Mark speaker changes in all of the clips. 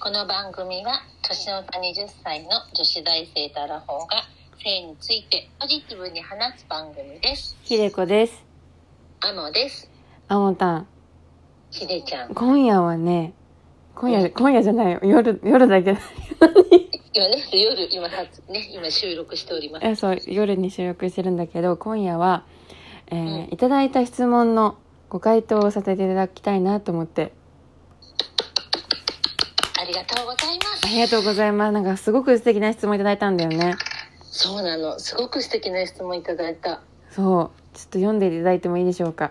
Speaker 1: この番組は年の差20歳の女子大生とアラフォーが性についてポジティブに話す番組です
Speaker 2: ひでこです。
Speaker 1: アモです
Speaker 2: あもたん、
Speaker 1: ひでちゃんよ
Speaker 2: 今夜はね、今夜、今夜じゃないよ。夜、夜だけど。
Speaker 1: ね夜今さね今収録しております
Speaker 2: えそう、夜に収録してるんだけど、今夜は、えーいただいた質問のご回答をさせていただきたいなと思って。
Speaker 1: ありがとうございま
Speaker 2: あ
Speaker 1: す
Speaker 2: りがとうございます。なんかすごく素敵な質問いただいたんだよね。
Speaker 1: そうなのすごく素敵な質問いただいた
Speaker 2: そう。ちょっと読んでいただいてもいいでしょうか。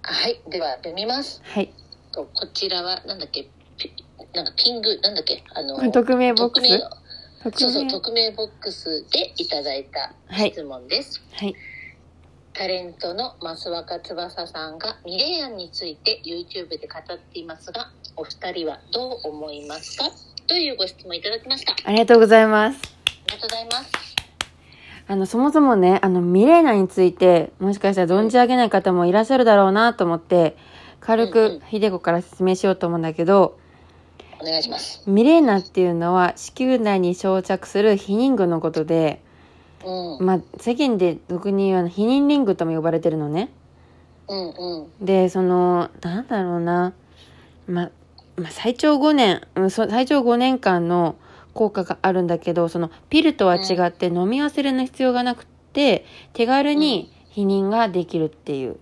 Speaker 1: はいでは読みます
Speaker 2: はい。
Speaker 1: とこちらはなんだっけピなんかピングなんだっけあの
Speaker 2: これ匿名ボックス
Speaker 1: 匿名の
Speaker 2: 特
Speaker 1: そうそう匿名ボックスでいただいた質問です、
Speaker 2: はい。
Speaker 1: タレントの益若翼さんがミレイ案について YouTube で語っていますがお二人はどう思いますかというご質問いただきましたあ
Speaker 2: ありがとうございます。
Speaker 1: りがとうございます
Speaker 2: あの、そもそもね、あの、ミレーナについて、もしかしたら存じ上げない方もいらっしゃるだろうなと思って、軽
Speaker 1: うんうん
Speaker 2: く、ひでこから説明しようと思うんだけど、
Speaker 1: お願いします
Speaker 2: ミレーナっていうのは、子宮内に装着する避妊具のことで、
Speaker 1: うん、うん
Speaker 2: まあ、世間で俗に言うあの避妊リングとも呼ばれてるのね。
Speaker 1: うん
Speaker 2: で、その、なんだろうな、まあ、まあ、最長5年、うん、そ最長5年間の効果があるんだけど、その、ピルとは違って飲み忘れの必要がなくて、手軽に避妊ができるっていう。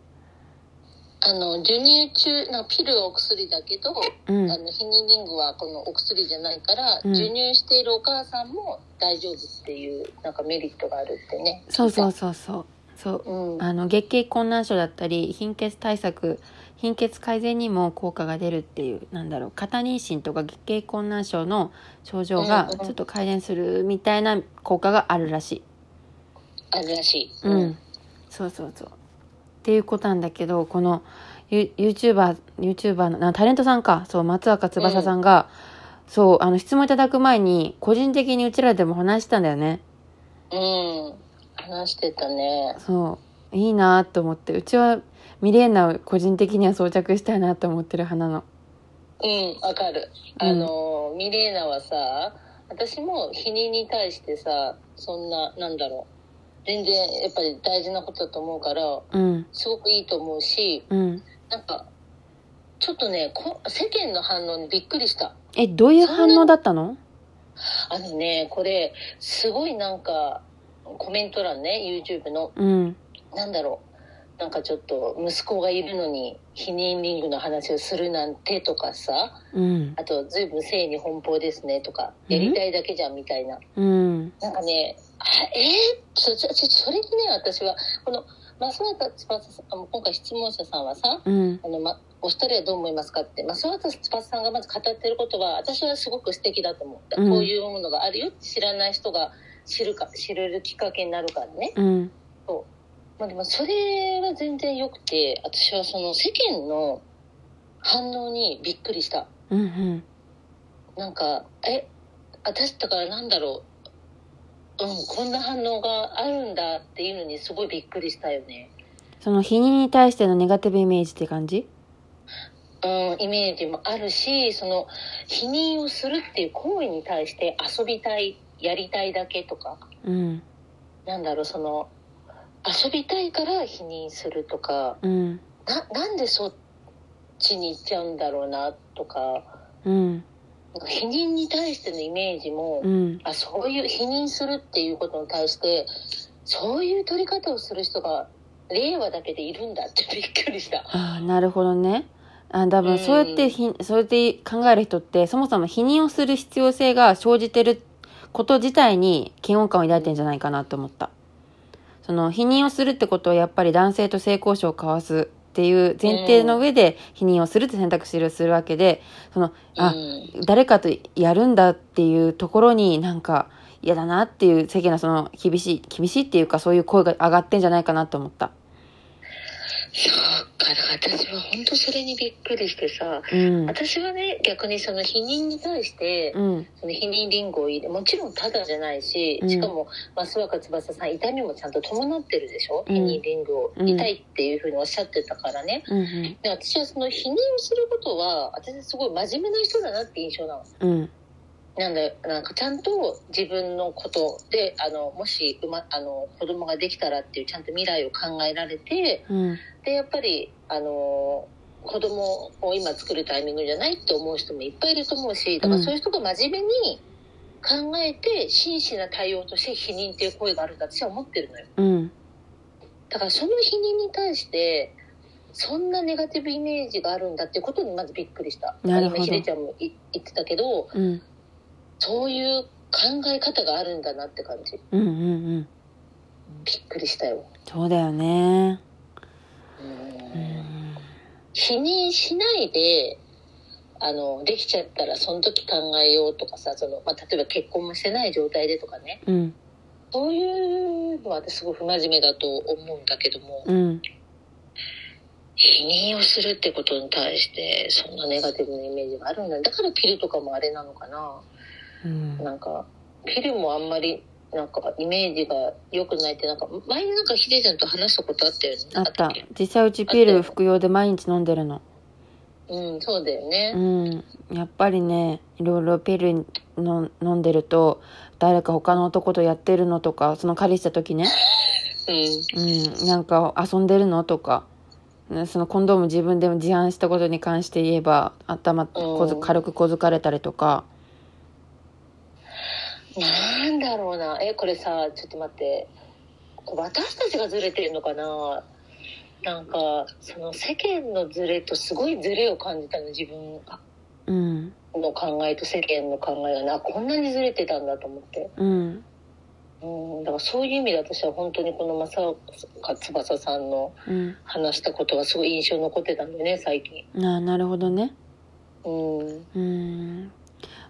Speaker 1: あの授乳中なんかピルはお薬だけど、
Speaker 2: うん
Speaker 1: あ。の避妊リングはこのお薬じゃないから、
Speaker 2: うん
Speaker 1: 授乳しているお母さんも大丈夫っていうなんかメリットがあるってね
Speaker 2: そうそうそうそう。そう。
Speaker 1: うん
Speaker 2: あの、月経困難症だったり、貧血対策、貧血改善にも効果が出るっていう、なんだろう、過妊娠とか月経困難症の症状が
Speaker 1: うんうん
Speaker 2: ちょっと改善するみたいな効果があるらしい。
Speaker 1: あるらしい、
Speaker 2: うん、そうそうそう。っていうことなんだけどこのユ YouTuber, YouTuber のなタレントさんかそう松若翼さんが、そうあの質問いただく前に個人的にうちらでも話したんだよね。
Speaker 1: うん話してたね
Speaker 2: そういいなと思ってうちはミレーナを個人的には装着したいなと思ってる派なの。
Speaker 1: うんわかる
Speaker 2: うん
Speaker 1: あの、ミレーナはさ私も避妊に対してさそんななんだろう全然やっぱり大事なことだと思うから
Speaker 2: うん
Speaker 1: すごくいいと思うし
Speaker 2: うん、
Speaker 1: なんかちょっとねこ世間の反応にびっくりした
Speaker 2: えどういう反応だったの
Speaker 1: あのねこれすごいなんかコメント欄ね YouTube の
Speaker 2: うん
Speaker 1: なんだろうなんかちょっと息子がいるのに避妊リングの話をするなんてとかさ
Speaker 2: うん
Speaker 1: あと、ずいぶん性に奔放ですねとか、
Speaker 2: うん
Speaker 1: やりたいだけじゃんみたいな。
Speaker 2: うん
Speaker 1: なんかね、あえー、そそそそれにね、私は、この、増畑翼さん、あの今回質問者さんはさ、
Speaker 2: うん
Speaker 1: あの、ま、お二人はどう思いますかって、増畑翼さんがまず語ってることは、私はすごく素敵だと思う。
Speaker 2: うん
Speaker 1: こういうものがあるよって知らない人が知るか、知れるきっかけになるからね。
Speaker 2: うん
Speaker 1: まあ、でも、それは全然良くて、私はその世間の反応にびっくりした。
Speaker 2: うんうん
Speaker 1: なんかえ私だからなんだろううんこんな反応があるんだっていうのにすごいびっくりしたよね
Speaker 2: その避妊に対してのネガティブイメージって感じ
Speaker 1: うんイメージもあるしその否認をするっていう行為に対して遊びたいやりたいだけとか
Speaker 2: うん
Speaker 1: なんだろうその遊びたいから否認するとか
Speaker 2: うん
Speaker 1: ななんでそっちに行っちゃうんだろうなとか
Speaker 2: うん
Speaker 1: なんか否認に対してのイメージも、
Speaker 2: うん
Speaker 1: あそういう否認するっていうことに対してそういう取り方をする人が令和だけでいるんだってびっくりした
Speaker 2: ああなるほどねあ多
Speaker 1: うん
Speaker 2: 分そうやってひ、そうやって考える人ってそもそも否認をする必要性が生じてること自体に嫌悪感を抱いてんじゃないかなと思ったその否認をするってことはやっぱり男性と性交渉を交わすっていう前提の上で否認をするって選択肢をするわけでそのあ
Speaker 1: うん
Speaker 2: 誰かとやるんだっていうところになんか嫌だなっていう世間のその厳しい厳しいっていうかそういう声が上がってんじゃないかなと思った
Speaker 1: そうか、だから私は本当それにびっくりしてさ、
Speaker 2: うん。
Speaker 1: 私はね、逆にその否認に対して、
Speaker 2: うん。
Speaker 1: その否認リンゴを入れ、もちろんタダじゃないし
Speaker 2: う、ん
Speaker 1: しかも、増若翼さん、痛みもちゃんと伴ってるでしょ、
Speaker 2: うん
Speaker 1: 否認リンゴを、
Speaker 2: うん
Speaker 1: 痛いっていうふうにおっしゃってたからね。
Speaker 2: うん。
Speaker 1: で私はその否認をすることは、私はすごい真面目な人だなって印象なの。
Speaker 2: うん。
Speaker 1: なんだなんかちゃんと自分のことで、あの、もし、うま、あの、子供ができたらっていう、ちゃんと未来を考えられて、
Speaker 2: うん。
Speaker 1: でやっぱりあの子供を今作るタイミングじゃないって思う人もいっぱいいると思うしだからそういう人が真面目に考えて真摯な対応として否認っていう声があるんだって私は思ってるのよ
Speaker 2: うん。
Speaker 1: だからその否認に対してそんなネガティブイメージがあるんだっていうことにまずびっくりした
Speaker 2: なるほど
Speaker 1: 今ひでちゃんもい言ってたけど
Speaker 2: うん。
Speaker 1: そういう考え方があるんだなって感じ
Speaker 2: うん。うん。
Speaker 1: びっくりしたよ、
Speaker 2: そうだよね。
Speaker 1: う
Speaker 2: うんん。
Speaker 1: 否認しないであのできちゃったらその時考えようとかさその、まあ、例えば結婚もしてない状態でとかね
Speaker 2: うん。
Speaker 1: そういうのは私すごい不真面目だと思うんだけども
Speaker 2: うん。
Speaker 1: 否認をするってことに対してそんなネガティブなイメージがあるんだだからピルとかもあれなのかな
Speaker 2: うん。
Speaker 1: なんかピルもあんまりなんかイメージが良くないってなんか前になんかヒデちゃんと話したことあったよね
Speaker 2: あっ
Speaker 1: ったけ。
Speaker 2: 実際うちピール服用で毎日飲んでるの。
Speaker 1: うんそうだよ
Speaker 2: う
Speaker 1: ね
Speaker 2: ん。やっぱりね、いろいろピールの飲んでると、誰か他の男とやってるのとか、その借りした時ね、
Speaker 1: うん
Speaker 2: うん、なんか遊んでるのとか、ねそのコンドーム自分でも事案したことに関して言えば、頭こず
Speaker 1: うん
Speaker 2: 軽く小づかれたりとか、
Speaker 1: なんだろうな。え、これさ、ちょっと待って。私たちがずれてるのかななんか、その世間のずれとすごいずれを感じたの、自分
Speaker 2: うん、
Speaker 1: の考えと世間の考えがな、こんなにずれてたんだと思って。
Speaker 2: うん、
Speaker 1: うん、だからそういう意味で私は本当にこの正岡翼さんの
Speaker 2: うん。
Speaker 1: 話したことがすごい印象に残ってたんだよね、最近。
Speaker 2: ななるほどね。
Speaker 1: うん。
Speaker 2: うん。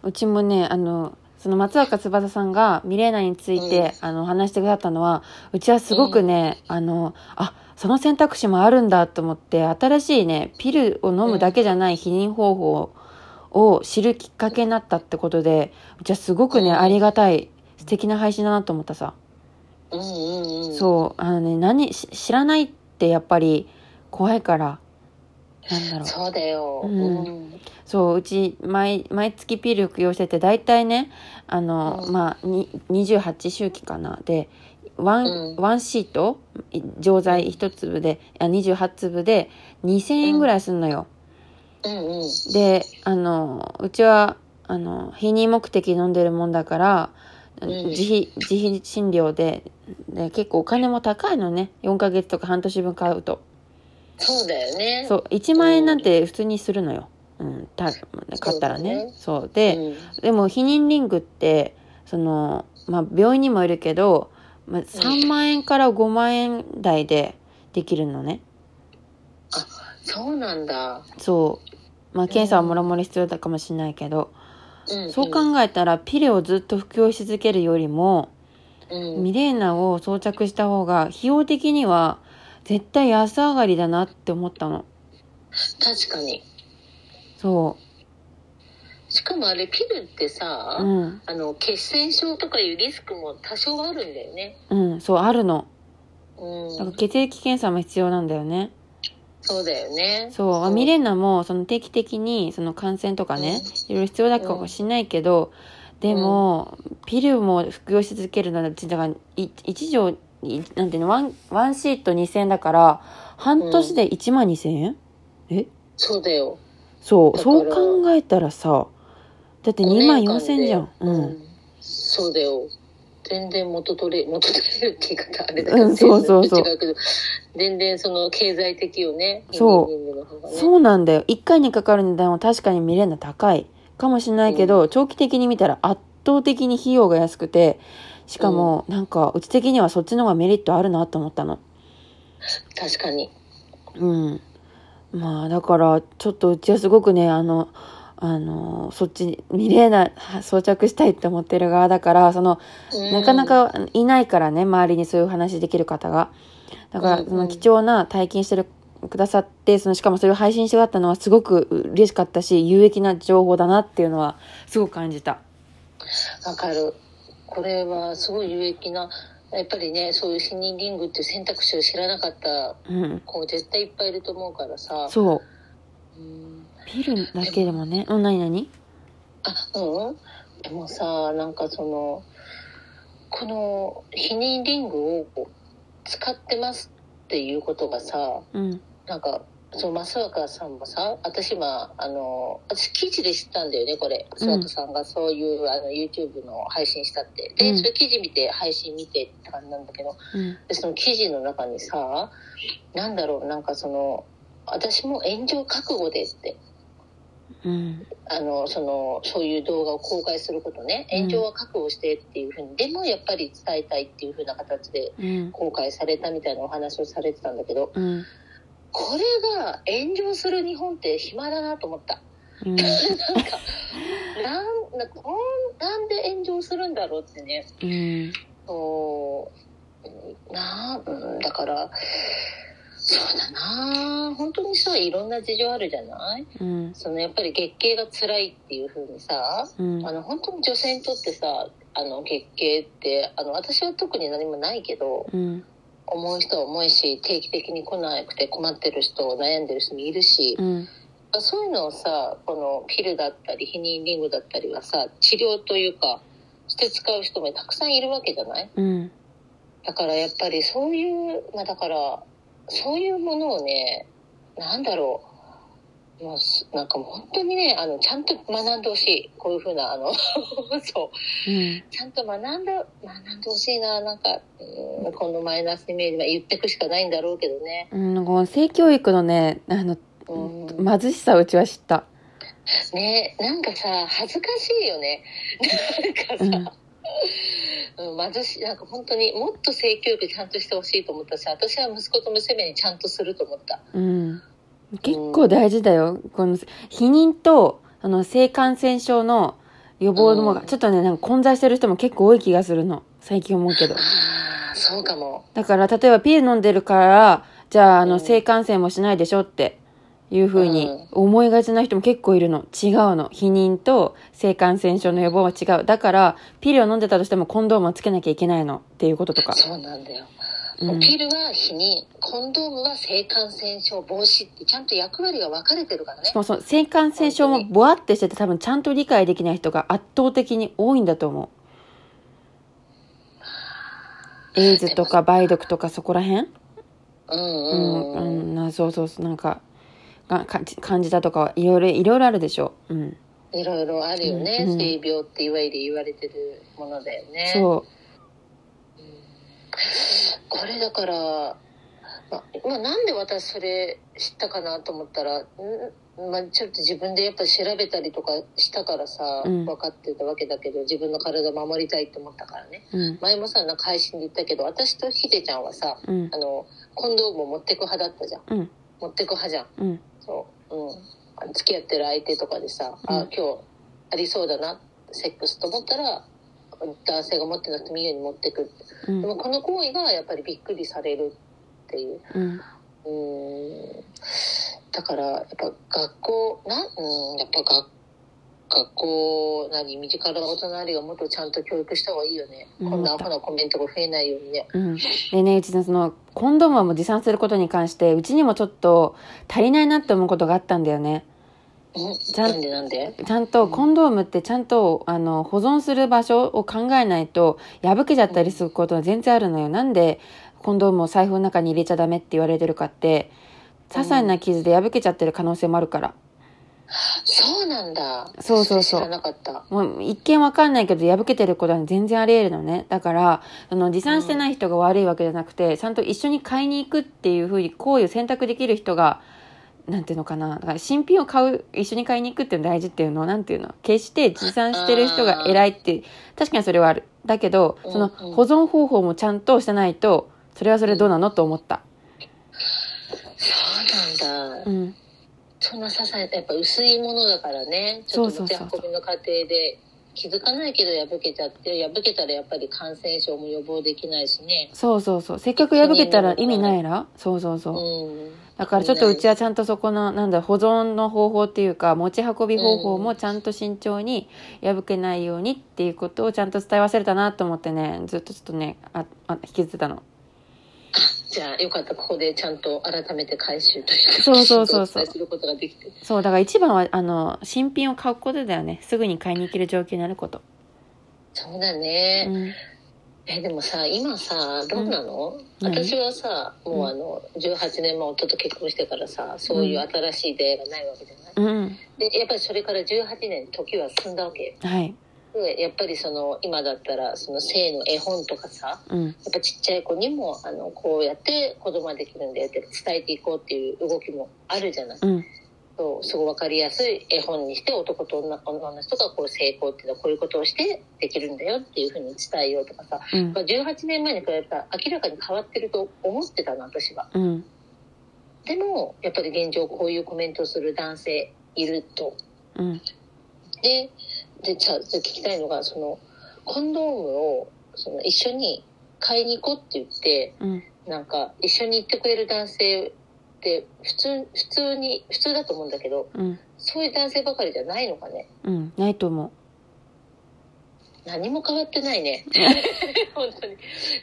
Speaker 2: うちもね、あの、その松坂翼さんがミレーナについて、あの、話してくださったのは、うちはすごくね、あの、あ、その選択肢もあるんだと思って、新しいね、ピルを飲むだけじゃない避妊方法を知るきっかけになったってことで、うちはすごくね、
Speaker 1: うん
Speaker 2: ありがたい、素敵な配信だなと思ったさ。
Speaker 1: うんうんうん。
Speaker 2: そう、あのね、何、し知らないってやっぱり怖いから、なんだろう。
Speaker 1: そうだよ。
Speaker 2: う
Speaker 1: うんん。
Speaker 2: そううち毎毎月ピル服用してて大体ねあの、
Speaker 1: うん
Speaker 2: まあに28周期かなでワン,、
Speaker 1: うん
Speaker 2: ワンシートい錠剤1粒であ28粒で2,000円ぐらいすんのよ。
Speaker 1: うんうん。
Speaker 2: であのうちはあの避妊目的飲んでるもんだから
Speaker 1: うん
Speaker 2: 自費自費診療でで結構お金も高いのね4ヶ月とか半年分買うと。
Speaker 1: そうだよね。
Speaker 2: そう1万円なんて普通にするのよ、うん、た買ったらね。そうで、
Speaker 1: うん
Speaker 2: でも避妊リングってその、まあ、病院にもいるけど、まあ、3万円から5万円台でできるのね
Speaker 1: そうなんだ。
Speaker 2: そう、まあ、検査はもろもろ必要だかもしれないけど
Speaker 1: うん
Speaker 2: そう考えたらピレをずっと服用し続けるよりも
Speaker 1: うん
Speaker 2: ミレーナを装着した方が費用的には絶対安上がりだなって思ったの
Speaker 1: 確かに
Speaker 2: そ
Speaker 1: しかもあれピルってさ、
Speaker 2: ううん
Speaker 1: あの血栓症とかいうリスクも多少はあるんだよね
Speaker 2: うんそうあるの
Speaker 1: う
Speaker 2: だから
Speaker 1: ん
Speaker 2: 血液検査も必要なんだよね
Speaker 1: そうだよね
Speaker 2: そう、まあミレーナもその定期的にその感染とかね、いろいろ必要だかもしれないけど、でも、ピルも服用し続けるのはだからい一錠いなんていうのワンワンシート2000円だから半年で1万2000円、
Speaker 1: そうだよ
Speaker 2: そう
Speaker 1: だから
Speaker 2: そう考えたらさだって2万4000円じゃん
Speaker 1: う、
Speaker 2: うんん、
Speaker 1: そうだよ全然元取れ 元取れるって言い方あれだ
Speaker 2: うんそうそうそう
Speaker 1: 違うけど全然その経済的よね
Speaker 2: そう
Speaker 1: 移民の方がね
Speaker 2: そうなんだよ1回にかかる値段は確かにミレーナ高いかもしれないけど、長期的に見たら圧倒的に費用が安くてしかも、なんかうち的にはそっちの方がメリットあるなと思ったの
Speaker 1: 確かに
Speaker 2: うん。まあ、だから、ちょっとうちはすごくね、あの、あの、そっち、ミレーナは装着したいって思ってる側だから、その、なかなかいないからね、周りにそういう話できる方が。だから、
Speaker 1: うん
Speaker 2: その貴重な体験してるくださって、そのしかもそれを配信してくださったのはすごく嬉しかったし、有益な情報だなっていうのはすごく感じた。
Speaker 1: わかるこれはすごい有益なやっぱりねそういう死人リングっていう選択肢を知らなかった
Speaker 2: うん。
Speaker 1: 子絶対いっぱいいると思うからさ
Speaker 2: そう。
Speaker 1: うん
Speaker 2: ビルだけでもね、うん、何何
Speaker 1: あうんでもさなんかそのこの避妊リングを使ってますっていうことがさ
Speaker 2: うん。
Speaker 1: なんかその増若さんもさ私今あの私記事で知ったんだよねこれ
Speaker 2: うん
Speaker 1: 増若さんがそういうあの YouTube の配信したって
Speaker 2: う
Speaker 1: で
Speaker 2: ん
Speaker 1: それ記事見て配信見てって感じなんだけど
Speaker 2: うん。
Speaker 1: でその記事の中にさなんだろうなんかその私も炎上覚悟でって
Speaker 2: うん。
Speaker 1: あのそのそういう動画を公開することね
Speaker 2: うん
Speaker 1: 炎上は覚悟してっていうふうに、でもやっぱり伝えたいっていうふうな形で
Speaker 2: うん。
Speaker 1: 公開されたみたいなお話をされてたんだけど
Speaker 2: うん。
Speaker 1: これが炎上する日本って暇だなと思った
Speaker 2: うん。
Speaker 1: なんなんこんなんで炎上するんだろうってね
Speaker 2: うん。
Speaker 1: そうなあうんだからそうだなあ本当にさいろんな事情あるじゃない
Speaker 2: うん。
Speaker 1: そのやっぱり月経が辛いっていうふうにさ
Speaker 2: うん。
Speaker 1: あの本当に女性にとってさあの月経ってあの私は特に何もないけど
Speaker 2: うん。
Speaker 1: 重い人は重いし定期的に来なくて困ってる人悩んでる人もいるし
Speaker 2: うん。
Speaker 1: そういうのをさこのピルだったり避妊リングだったりはさ治療というかして使う人もたくさんいるわけじゃない
Speaker 2: うん。
Speaker 1: だからやっぱりそういう、まあ、だからそういうものをねなんだろうもうすなんかもう本当にねあのちゃんと学んでほしいこういうふうなあの そう
Speaker 2: うん。
Speaker 1: ちゃんと学んだ、学んでほしいな、なんか、うんこのマイナスイメージは言ってくしかないんだろうけどね。
Speaker 2: うん、なんかこの性教育のね、あの、
Speaker 1: うん、
Speaker 2: 貧しさをうちは知った。
Speaker 1: ねなんかさ、恥ずかしいよ ね。なんかさ、うん、貧しい、なんか本当にもっと性教育ちゃんとしてほしいと思ったし、私は息子と娘にちゃんとすると思った。
Speaker 2: うん。結構大事だよ。この、避妊と、あの、性感染症の予防のもの
Speaker 1: う
Speaker 2: が、
Speaker 1: ん
Speaker 2: ちょっとね、なんか混在してる人も結構多い気がするの。最近思うけど。
Speaker 1: ああ、そうかも。
Speaker 2: だから、例えばピル飲んでるから、じゃあ、あ
Speaker 1: う
Speaker 2: の、
Speaker 1: ん
Speaker 2: 性感染もしないでしょっていうふうに
Speaker 1: うん
Speaker 2: 思いがちな人も結構いるの。違うの。避妊と性感染症の予防は違う。だから、ピルを飲んでたとしてもコンドームをつけなきゃいけないのっていうこととか。
Speaker 1: そうなんだよ。
Speaker 2: うん
Speaker 1: ピルは避妊、コンドームは性感染症防止って、ちゃんと役割が分かれてるからね
Speaker 2: し。かもその性感染症もぼわってしてて多分ちゃんと理解できない人が圧倒的に多いんだと思う。エイズとか梅毒とかそこら辺
Speaker 1: うん
Speaker 2: う
Speaker 1: うん
Speaker 2: ん、
Speaker 1: う。
Speaker 2: うんん、なそうそうそう、なんか、がか感じたとかはいろいろ、いろいろあるでしょう。うん。
Speaker 1: いろいろあるよね、
Speaker 2: うんうん
Speaker 1: 性病っていわゆる言われてるものだよね
Speaker 2: そ
Speaker 1: これだから、ままあ、なんで私それ知ったかなと思ったらん、まあ、ちょっと自分でやっぱ調べたりとかしたからさ、
Speaker 2: うん
Speaker 1: 分かってたわけだけど自分の体守りたいと思ったからね
Speaker 2: う。うん。
Speaker 1: 前もさなんか配信で言ったけど私とひでちゃんはさ
Speaker 2: うん
Speaker 1: あ。のコンドームを持ってく派だったじゃん
Speaker 2: うん。
Speaker 1: 持ってく派じゃん
Speaker 2: うん。
Speaker 1: そう、うん、付き合ってる相手とかでさ、
Speaker 2: うん
Speaker 1: あ今日ありそうだなセックスと思ったら男性が持ってなくてもいいように持ってくる
Speaker 2: う
Speaker 1: で
Speaker 2: ん。
Speaker 1: もこの行為がやっぱりびっくりされるっていう
Speaker 2: うん。
Speaker 1: うーんだからやっぱ学校なうんやっぱ学学校何身近な大人ありがもっとちゃんと教育した方がいいよね、
Speaker 2: うん
Speaker 1: こんなアホなコメントが増えないようにね
Speaker 2: うん。でね、うちのその、コンドームを持参することに関して、うちにもちょっと足りないなって思うことがあったんだよね。
Speaker 1: うん
Speaker 2: ちゃん
Speaker 1: なんでなんで
Speaker 2: ちゃんとコンドームってちゃんとあの保存する場所を考えないと破けちゃったりすることは全然あるのよ。なんでコンドームを財布の中に入れちゃダメって言われてるかって些細な傷で破けちゃってる可能性もあるから。
Speaker 1: そうなんだ
Speaker 2: そうそうそう
Speaker 1: 知らなかった
Speaker 2: もう一見わかんないけど破けてることは全然あり得るのね。だから、あの持参してない人が悪いわけじゃなくて、ちゃんと一緒に買いに行くっていうふうに行為を選択できる人が、なんていうのかな。だから新品を買う、一緒に買いに行くっていうの大事っていうのを、なんていうの。決して持参してる人が偉いって、確かにそれはある。だけど、その
Speaker 1: うんうん
Speaker 2: 保存方法もちゃんとしてないと、それはそれどうなのと思った。
Speaker 1: そうなんだ
Speaker 2: うん。
Speaker 1: そんな些細なやっぱ薄いものだからねちょっと持ち運びの過程で気づかないけど破けちゃって破けたらやっぱり感染症も予防できないしね
Speaker 2: そうそうそう。せっかく破けたら意味ないらそうそう
Speaker 1: う
Speaker 2: そう。
Speaker 1: ん
Speaker 2: だからちょっとうちはちゃんとそこの、なんだ、保存の方法っていうか、持ち運び方法もちゃんと慎重に破けないようにっていうことをちゃんと伝え忘れたなと思ってね、ずっとちょっとね、あ、あ引きずってたの。
Speaker 1: じゃあよかったここでちゃんと改めて回収というか
Speaker 2: そうそうそうそう
Speaker 1: きちんとお伝えすることができて
Speaker 2: そう、だから一番は、あの、新品を買うことだよね。すぐに買いに行ける状況になること。
Speaker 1: そうだ
Speaker 2: う
Speaker 1: ね、
Speaker 2: ん。
Speaker 1: えでもさ今さどうなの、
Speaker 2: うん何
Speaker 1: 私はさもうあの18年前夫と結婚してからさそういう新しい出会いがないわけじゃない、
Speaker 2: うん。
Speaker 1: でやっぱりそれから18年時は進んだわけよ
Speaker 2: はい。
Speaker 1: でやっぱりその今だったらその性の絵本とかさ、
Speaker 2: うん。
Speaker 1: やっぱちっちゃい子にもあのこうやって子供はできるんだよって伝えていこうっていう動きもあるじゃない、
Speaker 2: うん。
Speaker 1: そうすごい分かりやすい絵本にして男と女女の人がこう成功っていうのはこういうことをしてできるんだよっていうふうに伝えようとかさ、
Speaker 2: うん
Speaker 1: ま。あ、18年前に比べたら明らかに変わってると思ってたの私は
Speaker 2: うん。
Speaker 1: でもやっぱり現状こういうコメントをする男性いると
Speaker 2: うん。
Speaker 1: ででじゃあ聞きたいのがそのコンドームをその一緒に買いに行こうって言って
Speaker 2: うん。
Speaker 1: なんか一緒に行ってくれる男性って普通普通に普通だと思うんだけど
Speaker 2: うん。
Speaker 1: そういう男性ばかりじゃないのかね
Speaker 2: うん。ないと思
Speaker 1: 何も変わってない ね本当に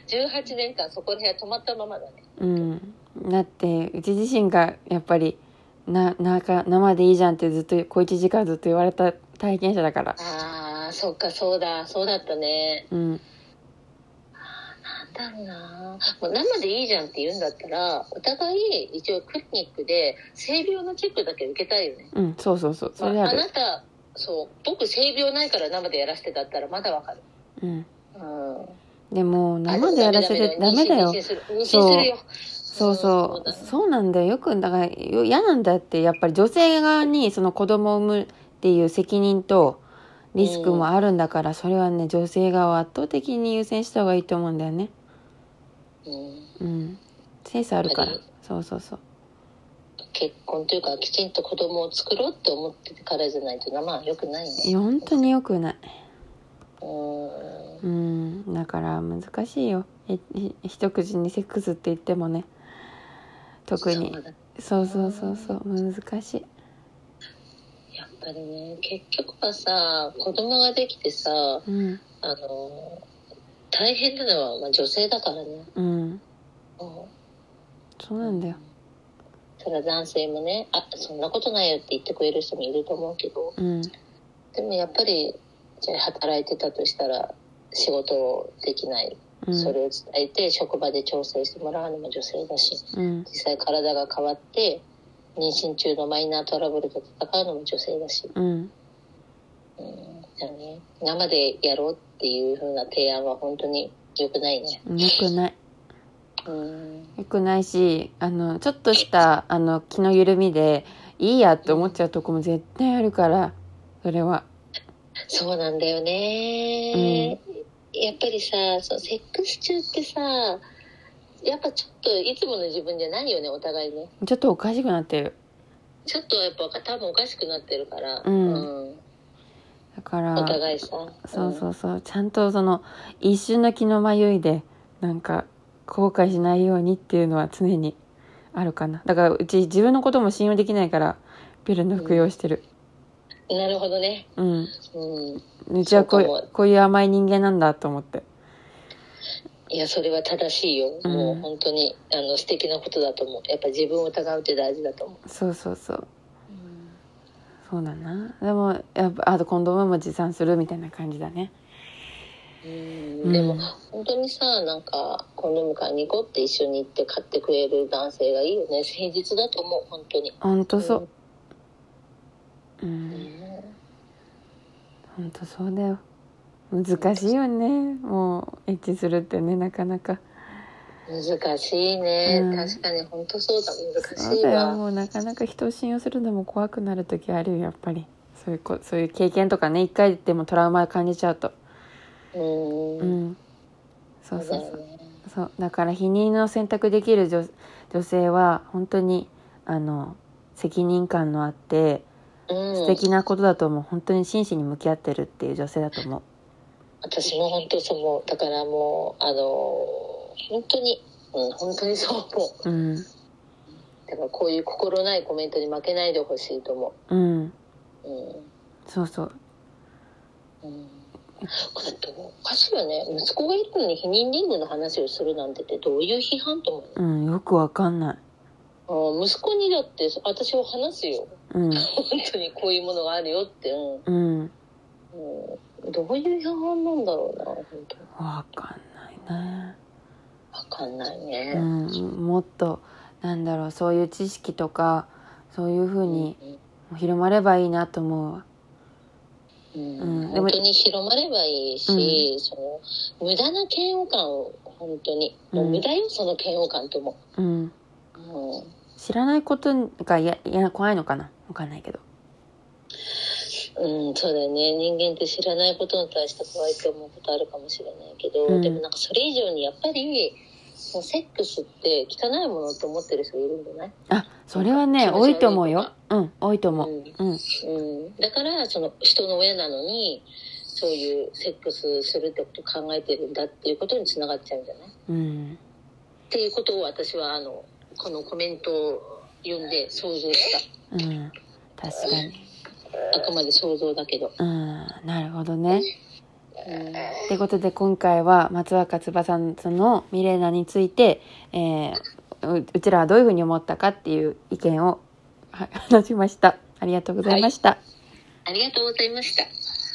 Speaker 1: 18年間そこら辺は止まったままだね
Speaker 2: う。うん。だって、うち自身がやっぱり、な、なか、生でいいじゃんってずっと、小一時間ずっと言われた体験者だから。
Speaker 1: ああそっかそうだそうだったね
Speaker 2: うん。
Speaker 1: なんだろうなもう生でいいじゃんって言うんだったらお互い一応クリニックで性病のチェックだけ受けたいよね
Speaker 2: うん。そうそうそう。それ
Speaker 1: ま
Speaker 2: あ
Speaker 1: ああ
Speaker 2: る。
Speaker 1: なたそう僕性病ないから生でやらせてだったらまだわかる
Speaker 2: うん。
Speaker 1: うん
Speaker 2: でも、生でやらせてダメだよ
Speaker 1: 妊。娠する妊娠するよ。
Speaker 2: そうそうう。
Speaker 1: ん
Speaker 2: そうなんだよ。よく、だから、よ嫌なんだって、やっぱり女性側にその子供を産むっていう責任とリスクもあるんだから、それはね、女性側は圧倒的に優先した方がいいと思うんだよね。
Speaker 1: うん
Speaker 2: うん。センスあるから
Speaker 1: はい。
Speaker 2: そうそうそう。
Speaker 1: 結婚というかきちんと子供を作ろうって思ってからじゃないとまあよくない
Speaker 2: い
Speaker 1: ね
Speaker 2: や本当に良くない。
Speaker 1: うん
Speaker 2: うん。だから難しいよ。えひ一口にセックスって言ってもね。特に
Speaker 1: そう。だ
Speaker 2: そうそうそうそう。難しい。
Speaker 1: やっぱりね結局はさ子供ができてさ
Speaker 2: うん。
Speaker 1: あの大変なのは、まあ、女性だからね、
Speaker 2: うん。
Speaker 1: うん
Speaker 2: そうなんだよ。
Speaker 1: それは男性もねあそんなことないよって言ってくれる人もいると思うけど
Speaker 2: うん。
Speaker 1: でもやっぱりじゃあ働いてたとしたら仕事できない
Speaker 2: うん。
Speaker 1: それを伝えて職場で調整してもらうのも女性だし
Speaker 2: うん。
Speaker 1: 実際体が変わって妊娠中のマイナートラブルと戦うのも女性だし、
Speaker 2: うん。
Speaker 1: うんだよね、生でやろうっていう風な提案は本当に良くないね。
Speaker 2: 良くない。
Speaker 1: うん
Speaker 2: 良くないし、あの、ちょっとした、あの、気の緩みで、いいやって思っちゃうとこも絶対あるから、それは。
Speaker 1: そうなんだよね、やっぱりさそうセックス中ってさやっぱちょっといつもの自分じゃないよねお互いね
Speaker 2: ちょっとおかしくなってる。
Speaker 1: ちょっとやっぱ多分おかしくなってるから、
Speaker 2: うん
Speaker 1: うん
Speaker 2: だから。
Speaker 1: お互いさ
Speaker 2: そう
Speaker 1: う
Speaker 2: そ
Speaker 1: ん
Speaker 2: うそう、ちゃんとその一瞬の気の迷いでなんか後悔しないようにっていうのは常にあるかなだからうち自分のことも信用できないからピルの服用してる
Speaker 1: なるほどね
Speaker 2: うん、
Speaker 1: うん
Speaker 2: うちはこうい
Speaker 1: そうか
Speaker 2: う
Speaker 1: も
Speaker 2: こういう甘い人間なんだと思って
Speaker 1: いや、それは正しいよ。
Speaker 2: うん
Speaker 1: もう本当に、あの、素敵なことだと思う。やっぱ自分を疑うって大事だと思
Speaker 2: そうそうそう
Speaker 1: う。
Speaker 2: そうだなでもやっぱあとコンドームも持参するみたいな感じだね
Speaker 1: うんでも、
Speaker 2: うん
Speaker 1: 本当にさ、なんか、コンドーム買いに行こうって一緒に行って買ってくれる男性がいいよね。誠実だと思う、本当に。
Speaker 2: ほんとそううん
Speaker 1: うん
Speaker 2: ほんとそうだよ難しいよねもうエッチするってねなかなか
Speaker 1: 難しいね。
Speaker 2: うん
Speaker 1: 確かに、本当そうだ。難
Speaker 2: そ
Speaker 1: し
Speaker 2: う
Speaker 1: い
Speaker 2: だよ
Speaker 1: わ。
Speaker 2: もうなかなか人を信用するのも怖くなる時あるよやっぱりそういうこそういう経験とかね一回でもトラウマ感じちゃうと
Speaker 1: うん。
Speaker 2: う
Speaker 1: うん
Speaker 2: んそうそ
Speaker 1: だ
Speaker 2: うそ
Speaker 1: よ
Speaker 2: う
Speaker 1: ね。
Speaker 2: そうだから否認の選択できる女女性は本当にあの責任感のあって
Speaker 1: うん、
Speaker 2: 素敵なことだと思う本当に真摯に向き合ってるっていう女性だと思う
Speaker 1: 私も本当そう思うだからもうあの本当に、うん、本当にそう思
Speaker 2: うん
Speaker 1: うだからこういう心ないコメントに負けないでほしいと思
Speaker 2: うん
Speaker 1: う、うん
Speaker 2: そうそう
Speaker 1: うんこれどうおかしいよね息子がいるのに避妊リングの話をするなんてってどういう批判と思
Speaker 2: うんよくわかんないう
Speaker 1: のあー息子にだって私は話すよ
Speaker 2: うん
Speaker 1: 本当にこういうものがあるよって、うん
Speaker 2: うん
Speaker 1: うん、どういう批判なんだろうな本当に
Speaker 2: わかんないね
Speaker 1: 分かんないうね、
Speaker 2: んもっとなんだろうそういう知識とかそういうふうに広まればいいなと思うわ
Speaker 1: うん
Speaker 2: うんでも
Speaker 1: 本当に広まればいいし、その無駄な嫌悪感を本当に、もう無駄よその嫌悪感とも、
Speaker 2: うん
Speaker 1: うん、
Speaker 2: 知らないことがいやいや怖いのかなわかんないけど
Speaker 1: うん、そうだよね人間って知らないことに対して怖いって思うことあるかもしれないけど、
Speaker 2: うん
Speaker 1: でもなんかそれ以上にやっぱりもうセックスって汚いものって思ってる人いるんじゃない、
Speaker 2: あそれはね多いと思うようん多いと思う
Speaker 1: うん
Speaker 2: うん
Speaker 1: うん、だからその人の親なのにそういうセックスするってことを考えてるんだっていうことにつながっちゃうんじゃないっ
Speaker 2: うん
Speaker 1: ていうことを私はあのこのコメントを読んで想像し
Speaker 2: うん確かに
Speaker 1: たあくまで想像だけど、
Speaker 2: うんなるほどね
Speaker 1: うん
Speaker 2: ってことで今回は松若翼さんのミレーナについて、えーううちらはどういうふうに思ったかっていう意見をは話しました。ありがとうございました。
Speaker 1: ありがとうございました